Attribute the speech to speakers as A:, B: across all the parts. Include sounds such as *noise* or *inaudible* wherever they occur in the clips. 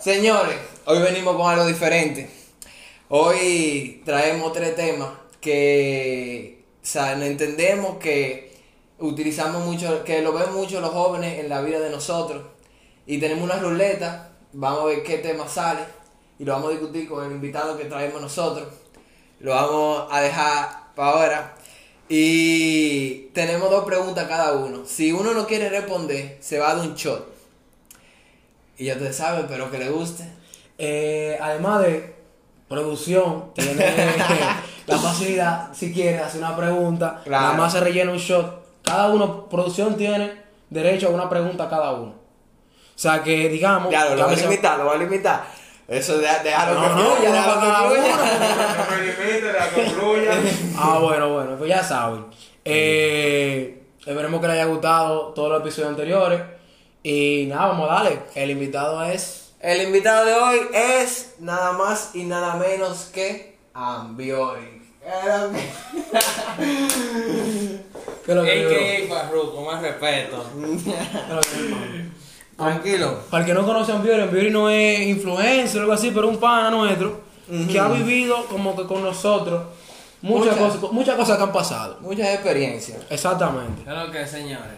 A: Señores, hoy venimos con algo diferente. Hoy traemos tres temas que o sea, entendemos que utilizamos mucho, que lo ven mucho los jóvenes en la vida de nosotros. Y tenemos una ruleta, vamos a ver qué tema sale y lo vamos a discutir con el invitado que traemos nosotros. Lo vamos a dejar para ahora. Y tenemos dos preguntas cada uno. Si uno no quiere responder, se va de un shot. Y ya ustedes saben, pero que le guste.
B: Eh, además de producción,
A: *laughs*
B: tiene la facilidad, si quieres, hacer una pregunta.
A: Claro.
B: Nada más se rellena un shot. Cada uno, producción tiene derecho a una pregunta cada uno. O sea que, digamos.
A: Ya, lo,
B: que a
A: lo voy a
B: veces-
A: limitar, lo voy a limitar. Eso de, dejarlo
B: No,
A: que
B: no,
A: fluya,
B: uno
A: déjalo
B: para cada
A: que fluya.
C: No me limite, la concluya.
B: *laughs* Ah, bueno, bueno, pues ya saben. Eh, esperemos que les haya gustado todos los episodios anteriores. Y nada, vamos a darle. El invitado es.
A: *laughs* El invitado de hoy es nada más y nada menos que Ambiori.
B: ¿Qué es lo que digo?
C: Ey, Farruko, más respeto.
A: Tranquilo.
B: Para el que no conoce a Ambiori, Ambiori no es influencer o algo así, pero un pana nuestro que ha vivido como que con nosotros muchas,
A: Muchas.
B: cosas, muchas cosas que han pasado.
A: Muchas experiencias.
B: Exactamente.
C: Claro que, señores.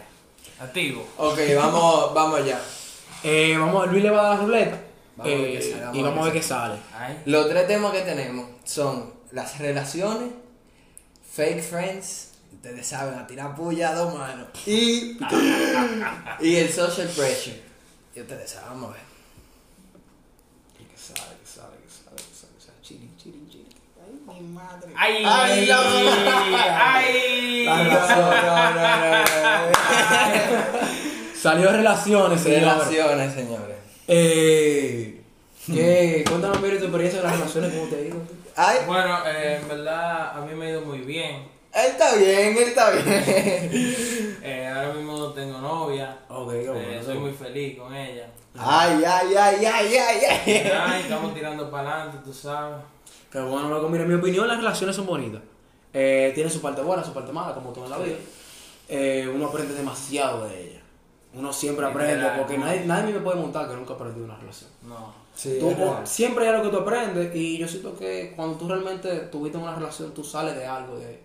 C: Activo.
A: Ok, vamos, vamos allá.
B: Eh, vamos, Luis le va a dar la ruleta
A: Vamos a ver
B: eh,
A: qué sale, vamos
B: y
A: a ver
B: vamos a ver
A: qué
B: qué sale.
C: Ay.
A: Los tres temas que tenemos son las relaciones, fake friends, ustedes saben, a tirar puya a dos manos, y, *laughs* y el social pressure. Y ustedes saben, vamos a ver.
C: Que sabe, que sabe, que sabe, que sabe, que sabe.
D: Ay,
C: Ay, la-
A: No,
C: ay.
A: no, no, no, no, no.
B: Salió relaciones, señores.
A: Relaciones, señores. *laughs*
B: Eh, ¿qué? Cuéntanos, Ambiori, tu experiencia en las relaciones, como te digo.
A: Ay,
C: Bueno, eh, en verdad a mí me ha ido muy bien.
A: él está bien, él está bien.
C: Eh, ahora mismo no tengo novia.
B: Ok,
C: Eh,
B: bueno,
C: soy
B: sí.
C: muy feliz con ella.
A: Ay, ay, ay, ay, ay, ay.
C: Ay, estamos tirando para adelante, tú sabes.
B: Que bueno, loco, mira, en mi opinión las relaciones son bonitas. Eh, tienen su parte buena, su parte mala, como todo en la vida. Eh, uno aprende demasiado de ella. Uno siempre aprende,
C: Literal.
B: porque nadie, nadie me puede montar que nunca aprendí de una relación.
C: No.
A: Sí,
B: Tú-
A: es real.
B: siempre hay algo que tú aprendes y yo siento que cuando tú realmente tuviste una relación, tú sales de algo. De,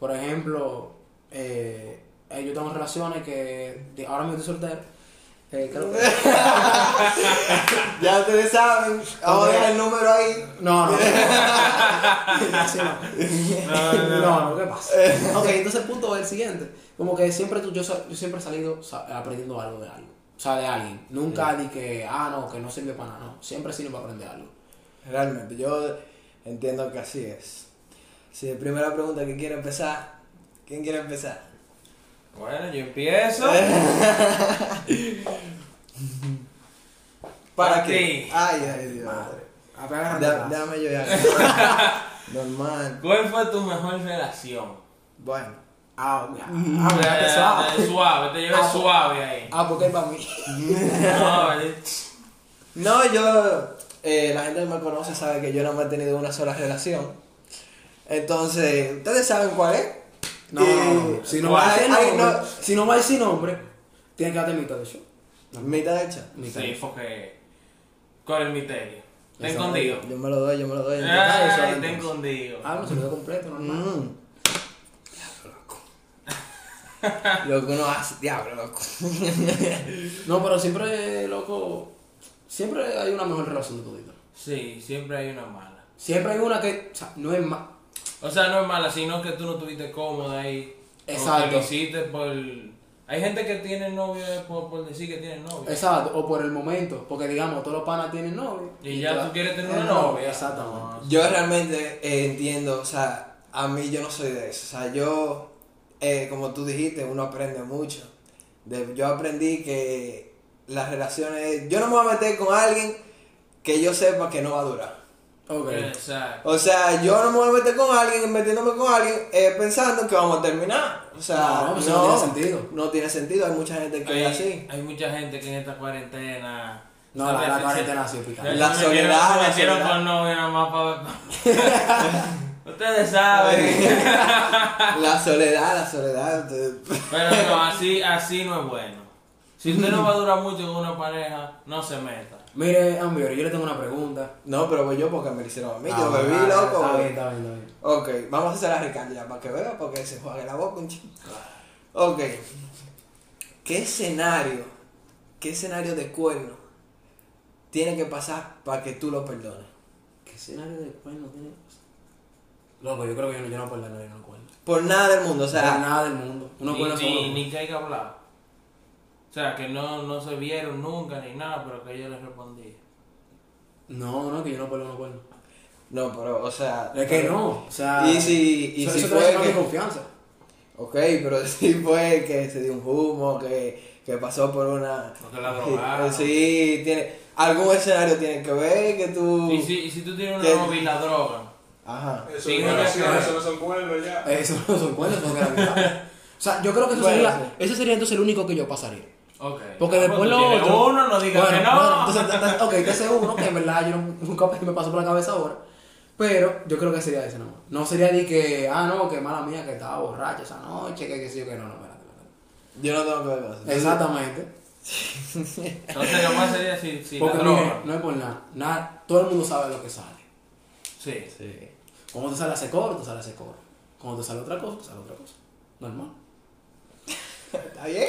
B: por ejemplo, eh, eh, yo tengo relaciones que de- ahora mismo estoy soltero. Eh, creo que...
A: Ya ustedes saben, vamos a dejar Ah, el número ahí.
B: No, *laughs* no. Así no. No, no, ¿qué pasa? *laughs* Ok, entonces el punto es el siguiente. Como que siempre tú, yo, sa- yo siempre he salido sa- aprendiendo algo de algo. O sea, de alguien. Nunca di que, ah, no, que no sirve para nada. No, siempre sirve para aprender algo.
A: Realmente, yo entiendo que así es. Si primera pregunta que quiere empezar, ¿quién quiere empezar?
C: Bueno, yo empiezo.
A: *laughs* ¿Para
C: Para
A: qué?
C: ti.
A: Ay, ay, Dios. Madre.
B: A ver, agárrate atrás.
A: Déjame yo ya. *laughs* Normal.
C: ¿Cuál fue tu mejor relación?
A: Bueno.
B: Ah, *laughs* mira.
C: Ah,
B: Ah, mira, que suave.
C: suave, te llevé
B: Ah, *laughs*
C: suave ahí.
B: Ah, porque es para mí. *laughs*
C: No, vale.
A: No, yo. eh, la gente que me conoce sabe que yo no me he tenido una sola relación. Entonces, ¿ustedes saben cuál es?
B: No,
A: Eh,
B: si no va a
A: ay,
B: decir
A: ay,
B: nombre,
A: no.
B: si no va a decir nombre, tiene que darte mitad de show.
A: Mitad hecha.
B: Mitad
C: Sí,
B: de-
C: porque. ¿Cuál es el misterio? Está
A: Eso,
C: escondido.
A: Yo me lo doy, yo me lo doy.
C: Ay,
B: eso,
C: está
B: entonces.
C: escondido.
B: Ah, no, se lo dio completo, normal.
C: *laughs*
A: Mm. Diablo, loco. Lo que uno hace, diablo, loco. *laughs*
B: No, pero siempre, loco, siempre hay una mejor relación de todito.
C: Sí, siempre hay una mala.
B: Siempre hay una que, o sea, no es más.
C: O sea, no es mala, sino que tú no estuviste cómoda ahí. O
B: Exacto.
C: que lo hiciste por. Hay gente que tiene novio eh, por, por decir que tiene novio.
B: Exacto, o por el momento, porque digamos, todos los panas tienen novio.
C: Y ya tú quieres tener una
B: Eh,
C: novia.
B: Exactamente.
A: Yo realmente eh, entiendo, o sea, a mí yo no soy de eso. O sea, yo, eh, como tú dijiste, uno aprende mucho. De- yo aprendí que las relaciones. Yo no me voy a meter con alguien que yo sepa que no va a durar.
C: Eh,
B: Ok.
C: Exacto.
A: O sea, yo no me voy a meter con alguien, metiéndome con alguien, eh, pensando que vamos a terminar. O sea,
B: No, eso no tiene sentido.
A: No tiene sentido, hay mucha gente que
C: Hay,
A: es así.
C: hay mucha gente que en esta cuarentena.
B: No, la- la
C: se-
B: cuarentena
C: se-
B: sí pica.
C: se-
A: La
C: se
A: soledad,
C: metieron-
A: la
C: Se metieron
A: soledad.
C: con novio nada más para. Ustedes saben.
A: La soledad, *laughs* la soledad. te-
C: Pero no, así, así no es bueno. Si usted no va a durar mucho con una pareja, no se meta.
B: Mire, Ambiori, yo le tengo una pregunta.
A: No, pero voy yo porque me lo hicieron a mí. yo
B: Ah,
A: bebí,
B: ah,
A: loco.
B: Está bien,
A: güey.
B: está bien, está bien.
A: Ok, vamos a hacer la recándida para que vea, para que se juegue la boca un chingo. Ok. ¿Qué escenario, qué escenario de cuerno tiene que pasar para que tú lo perdones?
B: ¿Qué escenario de cuerno tiene? Loco, yo creo que yo no, yo no puedo darle no cuerno.
A: Por nada del mundo, o
B: O sea,
A: sea,
B: nada del mundo. Uno
C: ni,
B: cuerno son
C: ni,
B: unos-
C: ni que haya hablado. O sea, que no, no se vieron nunca ni nada, pero que yo les respondía.
B: No, no, que yo no puedo no cuerno.
A: no, pero, o sea,
B: Es que no. O sea.
A: Ah, Y si, y
B: eso,
A: si
B: eso te
A: fue
B: hace más
A: que,
B: mi
A: *laughs*
B: confianza.
A: ok, pero *laughs* si fue que se dio un humo, que, que pasó por una,
C: Porque la
A: *laughs*
C: drogaron.
A: sí, tiene, algún escenario tiene que ver que tú,
B: Uh.
C: Y si, y si tú tienes
A: ¿Qué?
C: una novia y la droga.
A: ajá,
D: Eso,
C: Sí,
D: es
C: no,
D: una
C: no,
D: relación,
C: no.
D: eso no son cuernos ya.
B: Eso no son cuernos, porque la mitad. O sea, yo creo que eso
A: Bueno,
B: sería, ese sería entonces el único que yo pasaría.
C: Ok.
B: Porque
C: Ah,
B: después
C: pues tú
B: lo
C: tienes
B: otro.
C: Uno no diga
B: Bueno,
C: que no.
B: bueno, entonces, ta- ta- ok, que ese uno, que en verdad yo no- nunca me pasó por la cabeza ahora. Pero yo creo que sería ese nomás. No sería de que, ah, no, que mala mía, que estaba borracho esa noche, que qué sé yo, que no, no, espérate, espérate.
A: yo no tengo que ver con eso.
B: Exactamente.
C: Entonces lo más sería si, si la
B: Porque mire,
C: droga.
B: no es por nada. nada. Todo el mundo sabe lo que sale.
C: Sí.
A: Sí.
B: Cuando te sale a secor, te sale a secor. Cuando te sale otra cosa, te sale otra cosa.
C: *laughs*
B: Normal.
A: ¿Está
B: *laughs*
A: bien?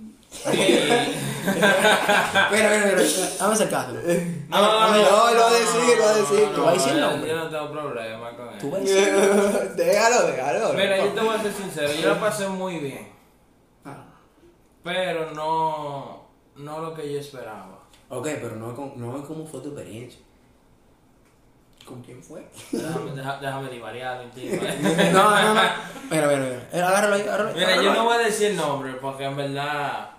C: y-
B: Mira, mira, mira. Dame ese caso.
A: No, no, no, lo va a decir, lo va a decir.
C: no,
B: Tú vas a decir
C: no,
B: nombre.
C: Yo no tengo problema con
B: Tú
C: él.
B: ves.
A: déjalo, déjalo.
C: Mira, yo te voy a ser sincero, yo la pasé muy bien,
B: Ah,
C: pero no, no lo que yo esperaba.
B: *laughs* Ok, pero no, es con- no es cómo fue tu experiencia. ¿Con quién fue?
C: Déjame, deja- déjame divariar un
B: *laughs*
C: tiempo,
B: No,
C: eh.
B: no, no. Mira, mira, mira. Eh, Agárralo ahí, agárralo ahí.
C: Mira, yo no voy a decir nombre porque en verdad,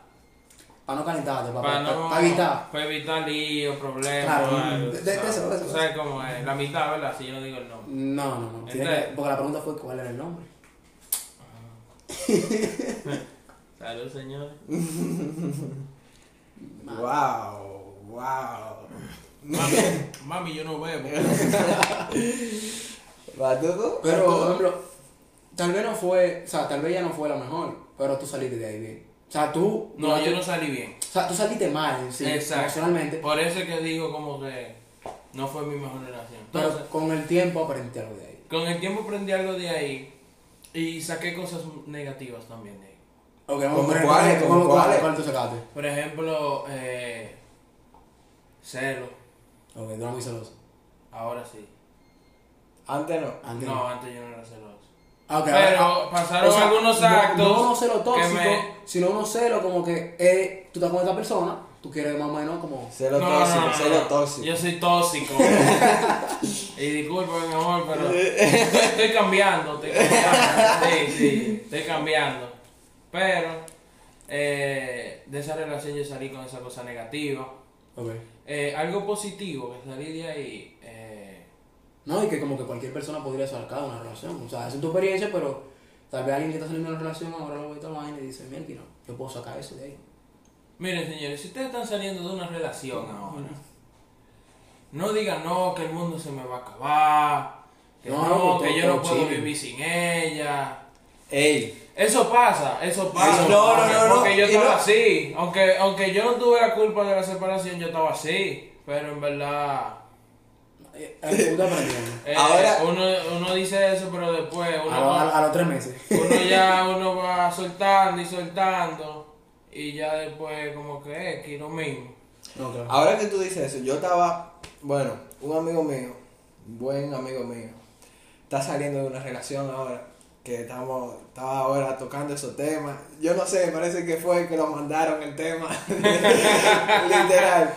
B: Para no calentarte, papá.
C: para
B: Para
C: no
B: evitar.
C: para evitar lío, problemas.
B: Claro,
C: algo,
B: de- de- de eso, de eso.
C: Tú sabes cómo es, la mitad, ¿verdad? Si yo no digo el nombre.
B: No, no, no. Tiene
C: Entonces-
B: que- porque la pregunta fue cuál era el nombre.
C: Salud, señor.
A: Wow, wow.
C: Mami, mami, yo no bebo.
A: ¿Va tú?
B: Pero, por ejemplo, tal vez no fue, o sea, tal vez ya no fue la mejor, pero tú saliste de ahí bien. O sea, tú.
C: No, yo no salí bien.
B: O sea, tú saliste mal, sí, emocionalmente,
C: Por eso es que digo como que no fue mi mejor relación. Entonces,
B: pero con el tiempo aprendiste algo de ahí.
C: con el tiempo aprendí algo de ahí y saqué cosas negativas también de ahí.
B: Ok,
A: ¿Cómo
B: vamos a poner
A: cuáles?
B: ¿cómo
A: ¿Cómo
B: cuáles?
A: cuáles?
B: ¿Cuál tú sacaste?
C: Por ejemplo, eh, celo.
B: Ok, tú eras muy celoso.
C: Ahora sí.
A: Antes no.
B: Antes
C: No, antes yo no era celoso.
B: Ah, ok,
C: Pero
B: ahora-
C: pasaron
B: o sea,
C: algunos
B: no-
C: actos.
B: No uno celo
C: que
B: tóxico,
C: me-
B: sino uno celo como que eh, tú estás con esta persona, tú quieres más o menos como.
A: Cero
C: No, no,
A: tóxico,
C: no, no,
A: cero
C: no.
A: tóxico.
C: Yo
A: *laughs*
C: soy tóxico. y disculpa, mi amor, pero estoy, estoy cambiando, estoy cambiando. Sí, sí, estoy cambiando. Pero eh, de esa relación yo salí con esa cosa negativa.
B: Ok.
C: Eh, algo positivo que salí de ahí. eh,
B: No, y que como que cualquier persona podría sacar de una relación. O sea, esa es tu experiencia, pero tal vez alguien que está saliendo de una relación ahora lo ve esta vaina y dice, mira, que no, yo puedo sacar eso de ahí.
C: miren, señores, si ustedes están saliendo de una relación ahora, no digan no, que el mundo se me va a acabar. Que
B: No,
C: no,
B: no,
C: que yo
B: todo
C: no puedo
B: chill.
C: vivir sin ella.
A: Ey,
C: Eso pasa, eso
A: No,
C: pasa.
A: no,
C: porque-
A: no, no.
C: Porque yo
A: Y
C: estaba
A: no-
C: así. Aunque, aunque yo no tuve la culpa de la separación, yo estaba así. Pero en verdad.
B: Eh, eh, puta
C: *laughs*
B: aprendiendo.
C: eh,
A: Ahora-
C: uno, uno dice eso, pero después uno,
B: A, lo- a- a los tres meses.
C: uno ya uno va soltando y soltando. Y ya después, como que es que lo mismo.
B: No, *laughs* claro.
A: ahora que tú dices eso, yo estaba, bueno, un amigo mío, buen amigo mío, está saliendo de una relación ahora, que estamos, estaba ahora tocando esos temas. Yo no sé, parece que fue que lo mandaron el tema, *laughs* literal.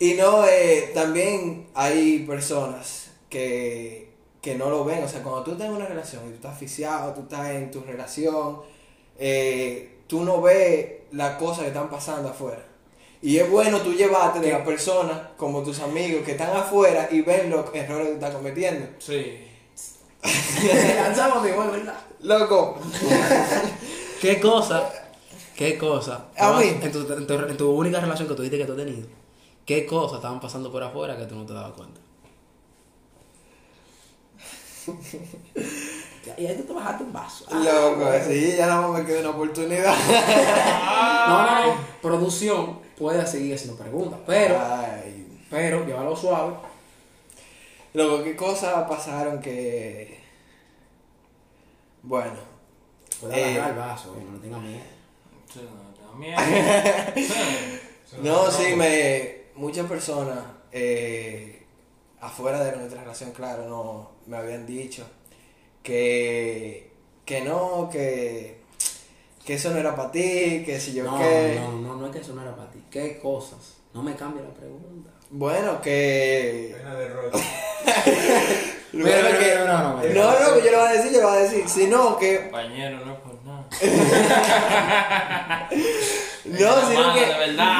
A: Y no, eh, también hay personas que, que no lo ven, o sea, cuando tú estás en una relación y tú estás asfixiado, tú estás en tu relación, eh, tú no ves las cosas que están pasando afuera. Y es bueno tú llevarte de las personas como tus amigos que están afuera y ven los errores que están cometiendo.
C: Sí.
B: Lanzamos de igual, ¿verdad?
A: Loco,
B: ¿Qué cosa? ¿Qué cosa?
A: A
B: Tomás,
A: mí.
B: En tu, en tu- en tu única relación que tuviste que tú has tenido, ¿qué cosas estaban pasando por afuera que tú no te dabas *laughs* cuenta? y ahí tú te bajaste un vaso.
A: loco, sí, ya nada más me queda una oportunidad.
B: No, no, no. Producción puede seguir haciendo preguntas, pero,
A: Ay.
B: pero, llévalo suave.
A: Loco, ¿qué cosas pasaron que. Bueno,
B: Puede
A: Eh.
B: agarrar el vaso, que no le tenga miedo.
C: Sí, no, también. Sí.
A: No, sí, me. Muchas personas eh, afuera de nuestra relación, claro, no me habían dicho que, que no, que, que eso no era para ti, que si yo
B: No,
A: qué.
B: no, no, no es que eso no era para ti. ¿Qué cosas? No me cambie la pregunta.
A: Bueno, que.
D: Pena de rostro.
A: bueno,
B: no,
A: que-
B: no, no,
A: no, no,
B: no,
A: que yo lo voy a decir, yo lo voy a decir. Sino que.
C: Compañero, no es por nada.
A: No,
C: Mano,
A: sino
C: De
A: que.
C: verdad.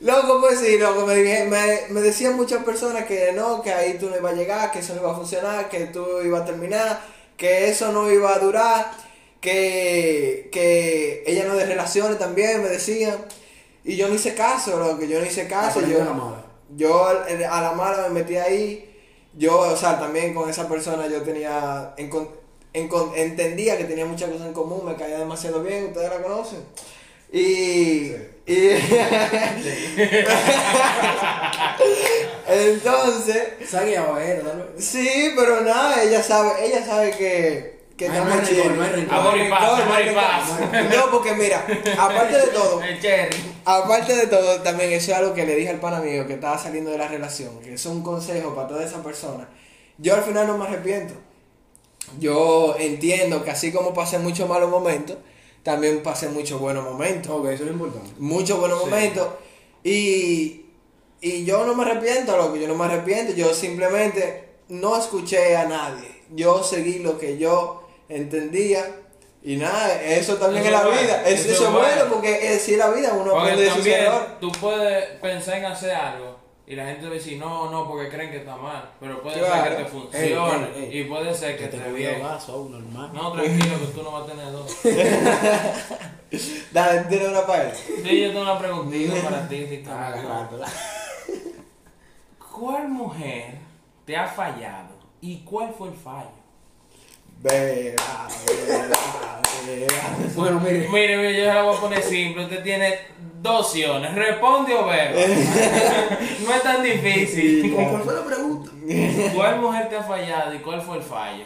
A: Loco, pues sí, loco, me, dije- me, me decían muchas personas que no, que ahí tú no ibas a llegar, que eso no iba a funcionar, que tú ibas a terminar, que eso no iba a durar, que, que ella no de relaciones también, me decían. Y yo no hice caso, loco, yo no hice caso.
B: La
A: Yo,
B: primera mala.
A: yo al- el- a la mala me metí ahí. Yo, o sea, también con esa persona yo tenía, encon- encon- entendía que tenía muchas cosas en común, me caía demasiado bien, ustedes la conocen. Y... y- *laughs* Entonces,
B: ¿Sabes que ya va a ver? dale.
A: sí, pero nada, ella sabe, ella sabe que, que
B: No hay-
A: estamos
B: no hay rencor,
A: chill.
B: no hay rencor.
C: Amor y paz,
A: No, no
C: amor y
A: hay
C: paz.
A: rencor. No, porque mira, aparte de todo,
C: El cherry.
A: Aparte de todo, también eso es algo que le dije al pana mío que estaba saliendo de la relación, que eso es un consejo para toda esa persona. Yo al final no me arrepiento. Yo entiendo que así como pasé muchos malos momentos, también pasé muchos buenos momentos.
B: Ok, eso es lo importante.
A: Muchos buenos
C: Sí.
A: momentos. Y, y yo no me arrepiento, loco, yo no me arrepiento. Yo simplemente no escuché a nadie. Yo seguí lo que yo entendía. Y nada, eso también es
C: Eso
A: la
C: es
A: vida.
C: bueno,
A: Es- Eso,
C: eso es
A: es bueno,
C: bueno.
A: porque es, si es la vida, uno aprende
C: Porque
A: de sus
C: también
A: errores.
C: tú puedes pensar en hacer algo y la gente va a decir no, no, porque creen que está mal. Pero puede ser
A: Claro.
C: que te funcione
B: Ey, ey, ey.
C: y puede ser que,
B: Que
C: te
B: te
C: esté
B: cambie el
C: bien.
B: vaso, aún normal.
C: No, tranquilo, que tú no vas a tener dos.
A: Dale, tiene una paella.
C: Sí, yo tengo una preguntita para ti,
A: Ah,
B: Está
C: Ricardo.
A: *laughs*
B: agarrándola.
C: ¿Cuál mujer te ha fallado y cuál fue el fallo?
A: Beba, beba, beba.
B: Bueno, mire.
C: Mire, mire, yo se la voy a poner simple. Usted tiene dos opciones: responde
A: *laughs*
C: o beba. no es tan difícil.
B: ¿Cómo *laughs* fue la pregunta?
C: ¿Cuál mujer te ha fallado y cuál fue el fallo?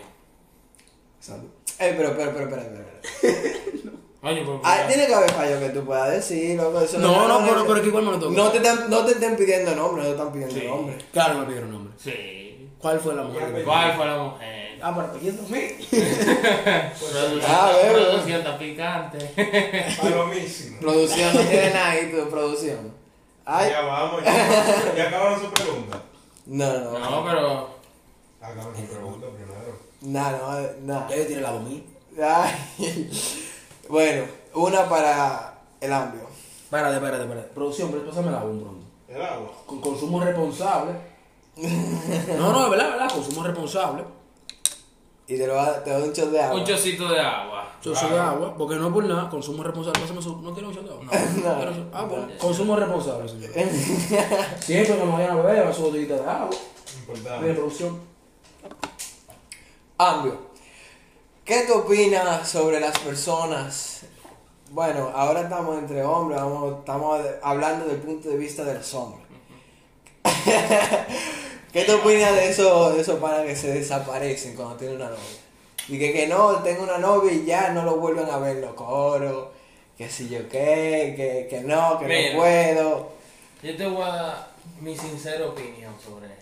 A: Salud. Ey, Eh, pero, pero, pero, pero, pero.
C: Oye, pues,
A: Ah, tiene que haber fallo que tú puedas decir, loco. Eso
B: No, no,
A: es-
B: pero, pero que igual me lo toco.
A: No te, están- no te estén pidiendo nombre, no te están pidiendo
C: Sí.
A: nombre.
B: Claro, me pidieron nombre.
C: Sí.
B: ¿Cuál fue la mujer? que-
C: ¿Cuál fue la mujer?
B: Ah, para pidiéndome.
C: Producción,
A: Ah, beba.
C: producción está picante.
D: *laughs*
A: *laughs*
D: Palomísimo.
A: Producción, no tiene nada ahí tu producción. Ay.
D: Ya vamos, ya, ya acabaron su pregunta.
A: No, no, no.
C: No, pero.
D: Acabaron su pregunta primero.
A: Nada, no, nada.
B: Ya yo tiré la domina.
A: Ay. Bueno, una para el ambio.
B: Párate, espérate, espérate. Producción, pero pásame la un pronto.
D: El agua.
B: Con consumo responsable. *laughs* No, no, es verdad, es verdad. Consumo responsable.
A: Y te, lo va, te doy un shot de agua.
C: Un chocito de agua.
B: Yo soy de agua, porque no es por nada. Consumo responsable. Pásame su... *laughs* ¿No tiene opción de agua?
A: No.
B: Pero- Ah, bueno. Consumo responsable, *laughs* señor. Siempre que me vayan a beber, va su botellita de agua. De
D: Importante.
B: producción.
A: Ambio, ¿qué tú opinas sobre las personas? Bueno, ahora estamos entre hombres, vamos, estamos hablando del punto de vista de los hombres. *laughs* ¿Qué tú opinas de eso, de esos panas que se desaparecen cuando tienen una novia? Y que, que no, tengo una novia y ya no lo vuelven a ver los coros, que si yo qué, que, que no, que
C: Mira.
A: no puedo.
C: Yo te voy a dar mi sincera opinión sobre eso.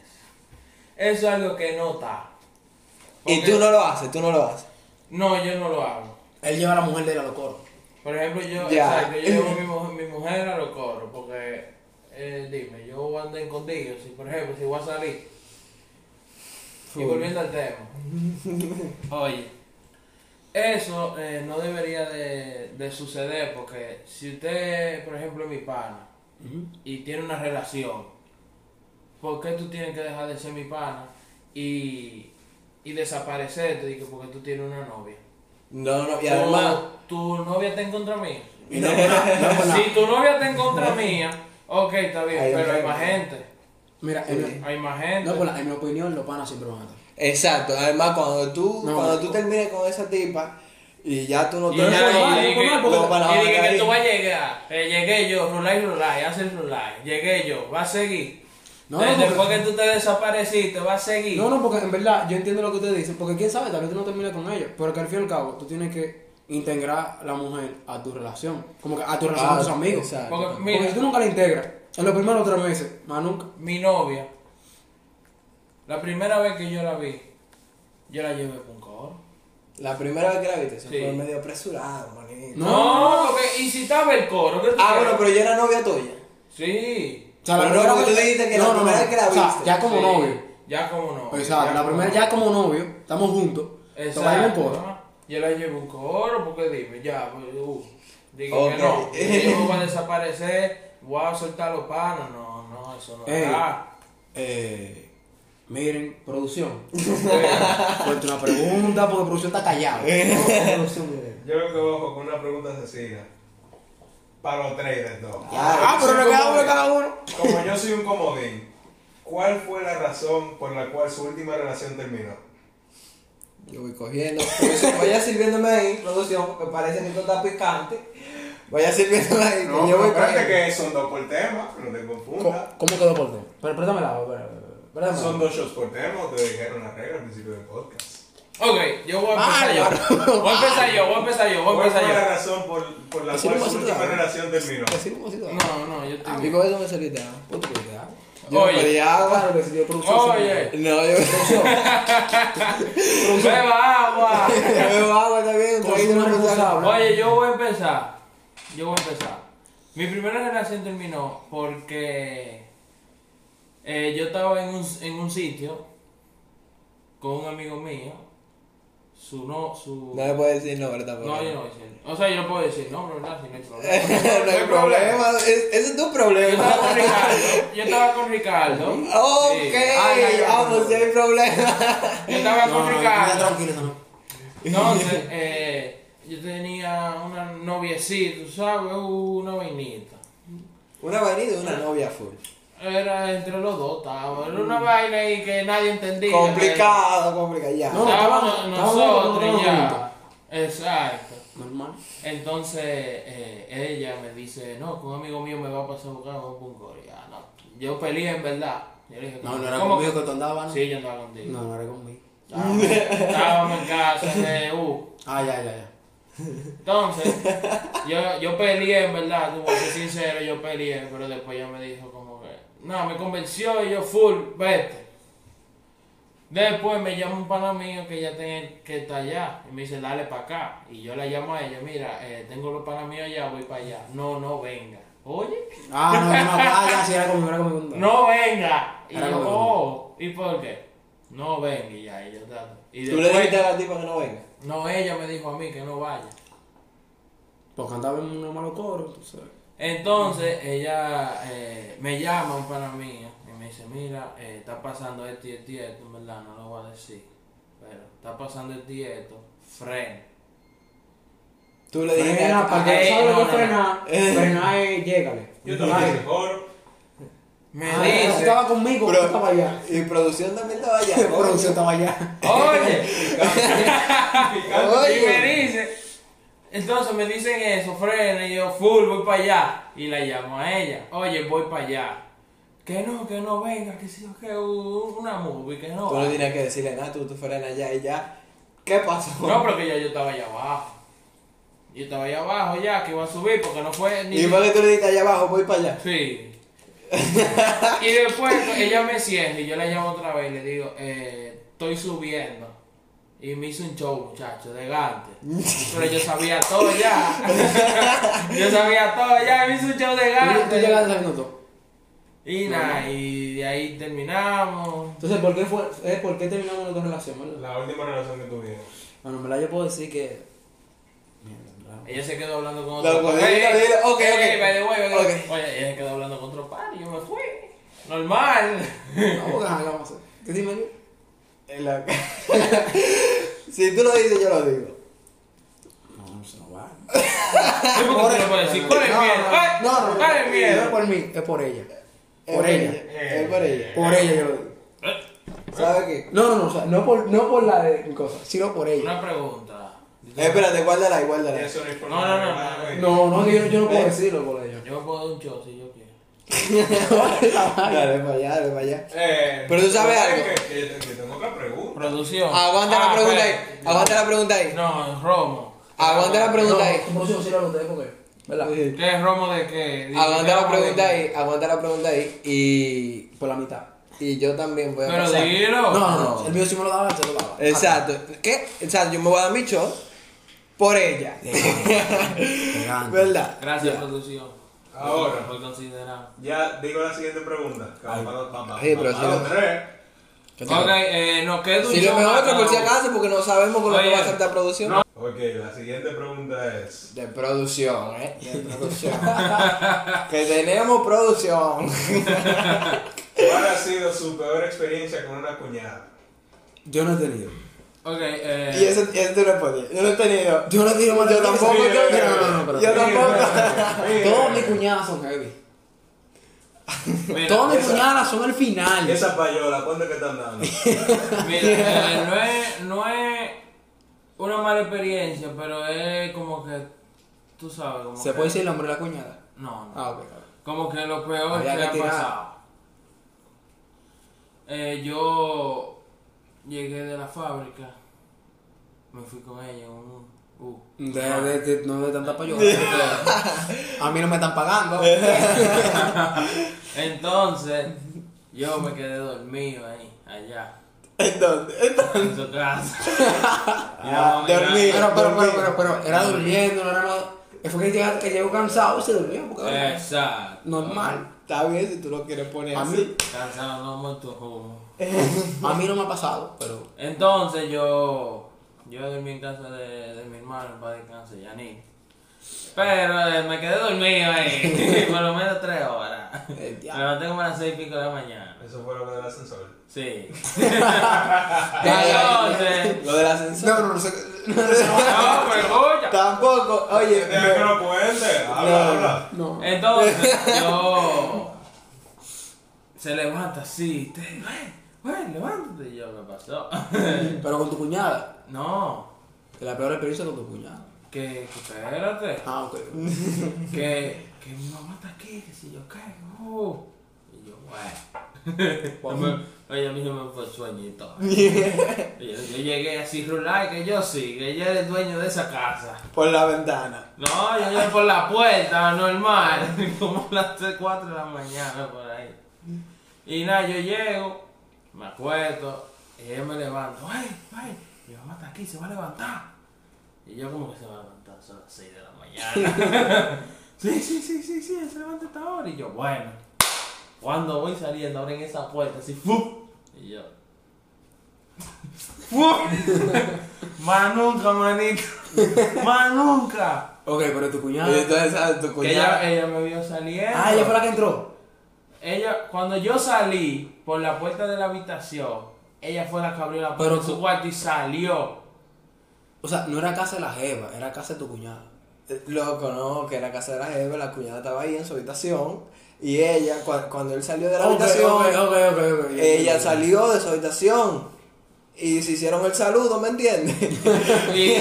C: Eso es algo que no está.
A: Y tú no lo haces, tú no lo haces.
C: No, yo no lo hago.
B: Él lleva a la mujer de él a los coros.
C: Por ejemplo, yo,
A: Ya.
C: exacto,
A: *laughs*
C: yo llevo a mi, mujer- mi mujer a los coros porque, eh, dime, yo ando en contigo. Si, por ejemplo, si voy a salir,
A: *laughs*
C: y volviendo al tema, oye, Eso eh, no debería de, de suceder porque si usted, por ejemplo, es mi pana y tiene una relación, ¿por qué tú tienes que dejar de ser mi pana y, y desaparecerte? Digo, porque tú tienes una novia.
A: No, no, y
C: O
A: además.
C: tu novia está en contra mía.
B: Y no, no, *laughs* no, no.
C: Si tu novia está en contra mía, ok, está bien,
A: Ahí
C: pero hay
A: enfermo.
C: más gente.
B: Mira, en, mi-
C: Hay más gente.
B: no, bueno, en mi opinión, los panas siempre van a estar.
A: Exacto, además cuando tú,
B: No,
A: cuando tú
B: no.
A: termines con esa tipa y ya tú no
C: Y
A: tienes
C: ya,
A: novio,
C: y dije que-
A: no, para
C: y
A: la
C: dije que
A: barbería.
C: tú vas a llegar. eh, llegué yo, rulay, rulay, hace el rulay. Llegué yo, va a seguir.
B: No,
C: Eh,
B: no, porque-
C: después que tú te desapareciste, va a seguir.
B: No, no, porque en verdad yo entiendo lo que ustedes dicen, porque quién sabe, tal vez tú no termines con ellos, pero que al fin y al cabo tú tienes que integrar la mujer a tu relación, como que a tu relación
A: Ah,
B: con tus amigos.
A: exacto.
C: Porque
B: Porque
C: mira,
B: si tú nunca la integras, en los primeros tres meses, más nunca.
C: mi novia, la primera vez que yo la vi, yo la llevé con coro.
A: La primera vez que la viste, se
C: Sí.
A: fue medio apresurado, manito.
B: No.
C: No, porque- y si estaba el coro, ¿qué tú
A: Ah,
C: quieres?
A: bueno, pero yo era novia tuya.
C: Sí.
B: O sea, la
A: Pero no,
B: primera
A: porque
B: vez-
A: tú dijiste que la primera vez que la
B: o sea,
A: viste.
B: ya como
C: Sí,
B: novio.
C: Ya como novio.
B: Exacto, la primera ya como novio, estamos juntos. Tomamos un
C: Exacto.
B: coro.
C: ¿no? Yo la llevo un coro porque dime, ya, pues, uh, dije
A: Ok.
B: *laughs*
C: que no. Yo voy a desaparecer, voy a soltar los panos. No, no, eso no
B: Ey.
C: es verdad.
B: Eh, miren, producción. Fuerte una pregunta, porque producción
A: *laughs*
B: está callado. Producción, miren.
D: Yo lo que bajo con una pregunta sencilla. Para los tres de todos.
B: Ah, pero le queda uno a cada uno.
D: Como yo soy un comodín, ¿cuál fue la razón por la cual su última relación terminó?
A: Yo voy cogiendo, por eso vaya sirviéndome ahí, producción, que parece que esto está picante. Vaya sirviéndome ahí, que
D: No,
A: yo voy
D: pero espérate
A: cogiendo.
D: que son dos por tema, no te confundas.
B: ¿Cómo, cómo quedó por ti? Pero préstame la espera, espera, espera.
D: Son dos shows por tema, te dijeron la regla al principio del podcast.
C: Ok, yo voy a empezar yo. Voy a empezar yo, voy a empezar yo, voy a
D: ¿Cuál fue la
C: empezar
D: razón por, por la
A: Así
D: cual
A: nomás
D: su
A: se
D: última
A: trata.
D: relación terminó?
A: Así como si
C: yo.
A: todo.
C: No, no, yo estoy bien.
A: Amigo, eso me saliste. ¿no?
B: Pues tú puedes quedar.
A: Yo
C: Oye.
A: no pedía
B: Claro
A: agua.
B: que sí, yo producción. sí,
C: Oye.
B: mira.
A: No, yo *laughs*
C: Beba agua.
A: yo bebo agua también, un traguito,
B: Consumo
A: una cosa.
B: responsable.
C: Oye, yo voy a empezar. Yo voy a empezar. Mi primera relación terminó porque eh, yo estaba en un, en un sitio con un amigo mío. Su no, su.
A: No le puedes decir nombre tampoco.
C: No,
A: *laughs*
C: yo no voy a decir. O sea, yo no puedo decir, no, pero verdad, si no hay problema.
A: no hay *laughs* problema, es- ese es tu *laughs*
C: Yo estaba
A: problema.
C: con Ricardo. Yo estaba con Ricardo.
A: Ok, Ah, pues
C: Sí.
B: Ay, ay, ay,
A: vamos,
B: no.
A: si hay problema.
C: Yo estaba
B: No,
C: con
B: no, no, mira,
C: Ricardo.
B: tranquilo, eso no. *laughs*
C: Entonces, eh, yo tenía una noviecita, tú sabes, una vainita.
A: *laughs* Una vainilla y una novia full.
C: Era entre los dos, estaba. Era
B: Mm.
C: una vaina ahí que nadie entendía.
A: Complicado, complicado, ya.
C: pero
B: No.
C: Estábamos
B: estábamos
C: nosotros
B: juntos,
C: ya. Exacto.
B: Normal.
C: Entonces eh, ella me dice, no, que un amigo mío me va a pasar a buscar un punco. Ya, no. Yo peleé en verdad. Yo le dije,
B: No, no era
C: ¿cómo
B: conmigo
C: que-
B: que tú andabas. ¿no?
C: Sí, yo andaba contigo.
B: No, no era conmigo.
C: Estábamos, estábamos en casa
B: *laughs*
C: eh, uh, de U.
B: Ah, ya, ya, ya.
C: Entonces, yo, yo peleé, en verdad, tú voy a ser sincero, yo peleé, pero después ella me dijo como que, no, me convenció y yo full, vete. Después me llama un pana mío que ya tiene que está allá y me dice, dale para acá. Y yo la llamo a ella, mira, eh, tengo los panas míos allá, voy para allá. No, no venga. Oye,
B: Ah, no, no, no. Ah, ya, sí, era conmigo, era conmigo.
C: no venga. Y
B: Era
C: yo,
B: como-
C: "Oh, ¿y por qué? No venga y ya, y yo trato. Y
A: Tú le dijiste
C: después,
A: a la tipa que no venga.
C: no, ella me dijo a mí que no vaya.
B: Porque andaba Pues en unos malos coros, tú sabes.
C: Entonces ella eh, me llama un pana mía y me dice, mira, eh, está pasando esto y esto y esto, en verdad, no lo voy a decir, pero está pasando esto y esto, frena.
A: Tú le dijiste
B: Frena, para que
C: Ey,
B: no sabes
C: no,
B: lo
C: no,
B: que
C: no.
B: frenar. Frenar es llégale.
D: Yo también hice coro.
C: Me
B: Ah, tú
C: dice,
B: estabas conmigo, tú
A: Pero-
B: estabas *laughs* allá.
A: Y producción también estaba allá.
B: El producción estaba allá.
C: oye,
A: Oye.
C: y me dice, entonces me dicen eso, frena, y yo, full, voy para allá, y la llamo a ella, oye, voy para allá, que no, que no venga, que sí, que uh, una movie, que no.
A: Tú no
C: vaya.
A: tienes que decirle nada, tú, tú frenas allá y ya. ¿Qué pasó?
C: No, pero que ya yo estaba allá abajo. Yo estaba allá abajo ya, que iba a subir porque no fue ni.
A: Y fue que tú le dijiste allá abajo, voy para allá.
C: Sí. *laughs* y después pues, ella me cierra y yo la llamo otra vez y le digo, eh, estoy subiendo. Y me hizo un show, muchacho, de gante. Pero yo sabía todo ya. *laughs* yo sabía todo ya, me hizo un show de
B: Tú tú
C: gante.
B: llegaste sabiendo todo.
C: Y nada, y de ahí terminamos.
B: Entonces, ¿por qué, fue, eh, ¿por qué terminamos nuestra relación, verdad?
D: La última relación que tuvimos.
B: Bueno, en verdad yo puedo decir que. *laughs* Mierda, en verdad.
C: Ella se quedó hablando con
A: Loco,
C: otro
A: dilo, dilo. Ok,
C: Ey,
A: ok.
C: by the way, by the way.
A: Ok.
C: Oye, ella se quedó hablando con otro par y yo me fui.
A: *laughs*
C: Normal.
B: No, porque ajá, ¿qué vamos a hacer? ¿Qué dime tú?
A: En la- *laughs* si tú lo dices, yo lo digo.
B: No, no se nos va.
C: ¿Qué por qué no puedes decir? ¿Cuál es el
B: No,
C: miedo?
B: no, no, no,
C: ¿Cuál es
B: No
C: el
B: es
C: miedo?
B: por mí, es por ella. Por
A: Es
B: ella.
A: Es por ella.
B: Por ella yo lo digo.
A: ¿Sabes qué?
B: No, no, no, o sea, no por, no por la de mi cosa, sino por ella.
C: Una pregunta.
A: Eh, Espérate, guárdala ahí, guárdala ahí.
D: Eso no es por
C: No,
D: nada,
C: no, no,
D: nada,
C: no,
D: güey.
B: No, no, que yo, yo no puedo decirlo por ella.
C: Yo puedo dar un show si yo quiero.
A: *laughs* Dale para allá, dale para allá.
D: Eh,
A: Pero tú sabes
D: ¿sabes
A: algo.
D: qué? Que yo te- que tengo otra pregunta.
C: Producción.
A: Aguanta
C: Ah,
A: la pregunta ahí.
C: espérate.
A: Aguanta la pregunta ahí.
C: No, es romo.
A: Aguanta la
B: No,
A: pregunta ahí.
B: como si no sirve a ustedes porque, ¿verdad?
A: Sí.
C: ¿Qué es romo de qué? Dice,
A: Aguanta la
C: romo de
A: pregunta
C: qué?
A: ahí. Aguanta la pregunta ahí. Y,
B: Por la mitad.
A: y yo también voy a
C: Pero
A: pasar.
C: dilo.
B: No, no, no, el mío sí me lo daba, se lo daba.
A: Exacto. ¿Qué? Exacto, yo me voy a dar mi show por ella. *laughs*
B: Ah,
A: ¿Verdad?
C: Gracias, producción.
D: Ahora.
C: Por considerar.
D: Ya digo la siguiente pregunta. Calmado, papá.
A: Ay, pero
D: Calmado,
A: si
D: tres.
C: Ok, eh, nos queda un
A: Si lo
C: show
A: mejor
C: más
A: otro por si
C: cada uno.
A: acaso, porque no sabemos con lo que
C: Oye,
A: va a saltar producción.
D: Ok, la siguiente pregunta es.
A: De producción,
B: *laughs*
A: ¿eh? De producción. *laughs* que tenemos producción.
B: Eh.
D: ¿Cuál ha sido su peor experiencia con una cuñada?
B: Yo no he tenido.
C: Ok, eh.
A: y eso, eso tú no podías. Yo no he tenido.
B: Yo no he tenido más
A: Yo tampoco,
D: Sí,
A: yo-
D: sí,
B: No, no, no,
A: yo
B: pero.
D: Mira,
A: tampoco.
D: mira,
B: Todos mis
D: mira.
B: cuñadas son heavy.
C: mira,
B: Todas mis
D: esa-
B: cuñadas son al final.
D: Esa payola, ¿cuándo es que están
A: *laughs*
D: dando?
C: Mira, eh, no, es, no es una mala experiencia, pero es como que. Tú sabes, como
B: ¿Se
C: que-
B: puede decir el nombre de la cuñada?
C: No, no.
B: Ah, ok.
C: Como que lo peor
B: Había
C: que,
B: que
C: ha
B: tirar.
C: pasado. Eh, yo llegué de la fábrica, me fui con ella en un bus. Ah,
B: De, de, de- no de tanta payola. A mí no me
A: *laughs*
B: están pagando.
C: *laughs* Entonces, yo me quedé dormido ahí, allá,
A: Entonces, entonces.
C: en su casa.
B: *laughs*
C: Y la
A: Ah,
C: mamá iba-
A: dormí.
B: Pero, pero, pero, pero, pero, era durmiendo, no era nada. Fue que llegó, que llegó cansado y se durmió. Porque, era
C: Exacto.
B: normal.
A: Está bien si tú lo quieres poner
B: A
A: así.
B: mí,
C: Cansado, no muerto joven.
B: a mí no me ha pasado, pero.
C: Entonces yo, yo dormí en casa de, de mi hermano para descansar, Yanin. Pero eh, me quedé dormido ahí, *laughs* por lo menos tres horas.
B: Eh,
C: Me
B: ya.
C: levanté como a las seis y pico de la mañana.
D: Eso fue lo del ascensor.
A: Eh.
C: Sí.
A: Ya, ya,
C: Entonces,
A: Lo del ascensor.
B: *laughs* No, no, no sé. No, no,
C: no, pero escucha.
A: Tampoco.
B: Eh,
A: Oye,
D: Deja que
A: me-
D: lo cuente. Habla, habla.
B: no.
C: Entonces, yo. Se levanta así, te, "Ey, güey, levántate. Y yo, ¿qué pasó? *laughs*
B: Pero con tu cuñada.
C: no,
B: Que la peor experiencia con tu cuñada.
C: que, que espérate.
B: Ah, ok.
C: que, que mi mamá está aquí, que si yo caigo. Y yo, bueno. *laughs* Oye, a mí se me fue el sueño y todo. Y Yo, yo llegué así rural, que yo sí, que yo era el dueño de esa casa.
A: *laughs* por la ventana.
C: No, yo llegué por la puerta, normal, *laughs* como a las 3, 4 de la mañana por ahí. Y nada, yo llego, me acuesto, y ella me levanto. ¡Ay, ay! Mi mamá está aquí, se va a levantar. Y yo como que se va a levantar, son las 6 de la mañana. *laughs* sí, sí, sí, sí, sí, se levanta a esta hora. Y yo, bueno, cuando voy saliendo, abren esa puerta, así, ¡fu! Y yo, ¡fu! *laughs* Más nunca, manito. *laughs* Más nunca.
B: Ok, pero tu
A: Y
B: cuñada.
A: entonces, ¿sabes? Tu
C: Que
A: cuñada.
C: ella, ella me vio saliendo.
B: Pues Ah, ella fue la que entró.
C: Ella- cuando yo salí por la puerta de la habitación, ella fue la que abrió la puerta
B: Pero
C: de su
B: tú-
C: cuarto
B: *laughs*
C: y salió.
B: O sea, no era casa de la Jeva, era casa de tu cuñada.
A: Eh, Loco, no, que la casa de la jefa, la cuñada estaba ahí en su habitación. Y ella, cua- cuando él salió de la habitación, ella salió de su habitación. Y se hicieron el saludo, ¿me entiendes? *laughs*
C: Y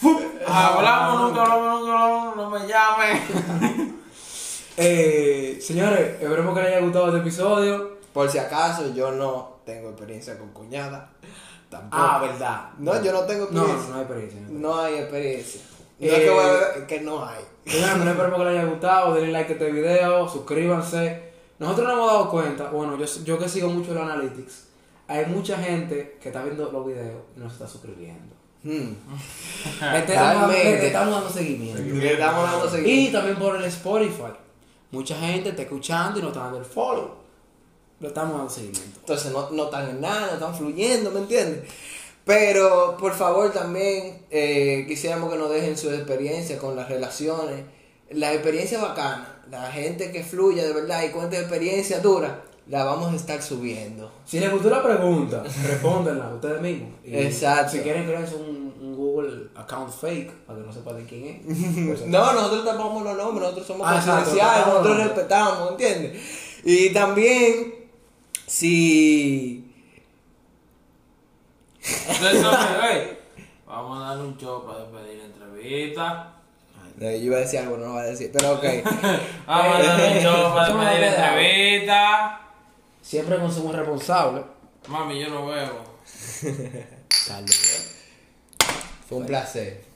C: ¡fup! hablamos, nunca hablamos, nunca hablamos, no me llames.
B: Eh, señores, esperemos que les haya gustado este episodio.
A: Por si acaso, yo no tengo experiencia con cuñada. Tampoco.
B: Ah, verdad.
A: No, yo no tengo
B: No,
A: experiencia.
B: no, no hay experiencia. no hay experiencia.
A: No hay experiencia. No
B: Eh,
A: es que, voy a ver- que no hay.
B: Señores, bueno, esperemos que les haya gustado. Denle like a este video, suscríbanse. Nosotros nos hemos dado cuenta, bueno, yo, yo que sigo mucho el analytics, hay mucha gente que está viendo los videos y no se está suscribiendo. *laughs*
A: Hmm.
B: Le estamos,
A: Realmente.
B: le estamos dando seguimiento.
A: Le estamos dando seguimiento.
B: Y también por el Spotify. Mucha gente está escuchando y no está dando el follow. Le estamos dando seguimiento.
A: Entonces no, no están en nada, no están fluyendo, ¿me entiendes? Pero por favor también eh, quisiéramos que nos dejen sus experiencias con las relaciones. Las experiencias bacanas, la gente que fluya de verdad y cuente experiencias duras, la vamos a estar subiendo.
B: Si les gustó la pregunta, respóndanla ustedes mismos. Y
A: Exacto.
B: Si quieren crearse un, un Google account fake para que no sepan de quién es.
A: *laughs*
B: pues,
A: No, nosotros tapamos los nombres, nosotros somos
B: Ah, exacto,
A: confidenciales,
B: tapamos los
A: nosotros
B: nombres.
A: respetamos, ¿entiendes? Y también, si
C: Entonces,
B: *laughs*
C: oye, vamos a darle un show para despedir la entrevista.
A: No, yo iba a decir algo, no lo voy a decir, pero *laughs* ok.
C: Vamos a darle un
B: *laughs*
C: show para
B: Toma,
C: despedir la
B: dale.
C: entrevista.
B: Siempre consumo responsable.
C: Mami, yo no huevo.
B: Saludos.
A: Fue un placer.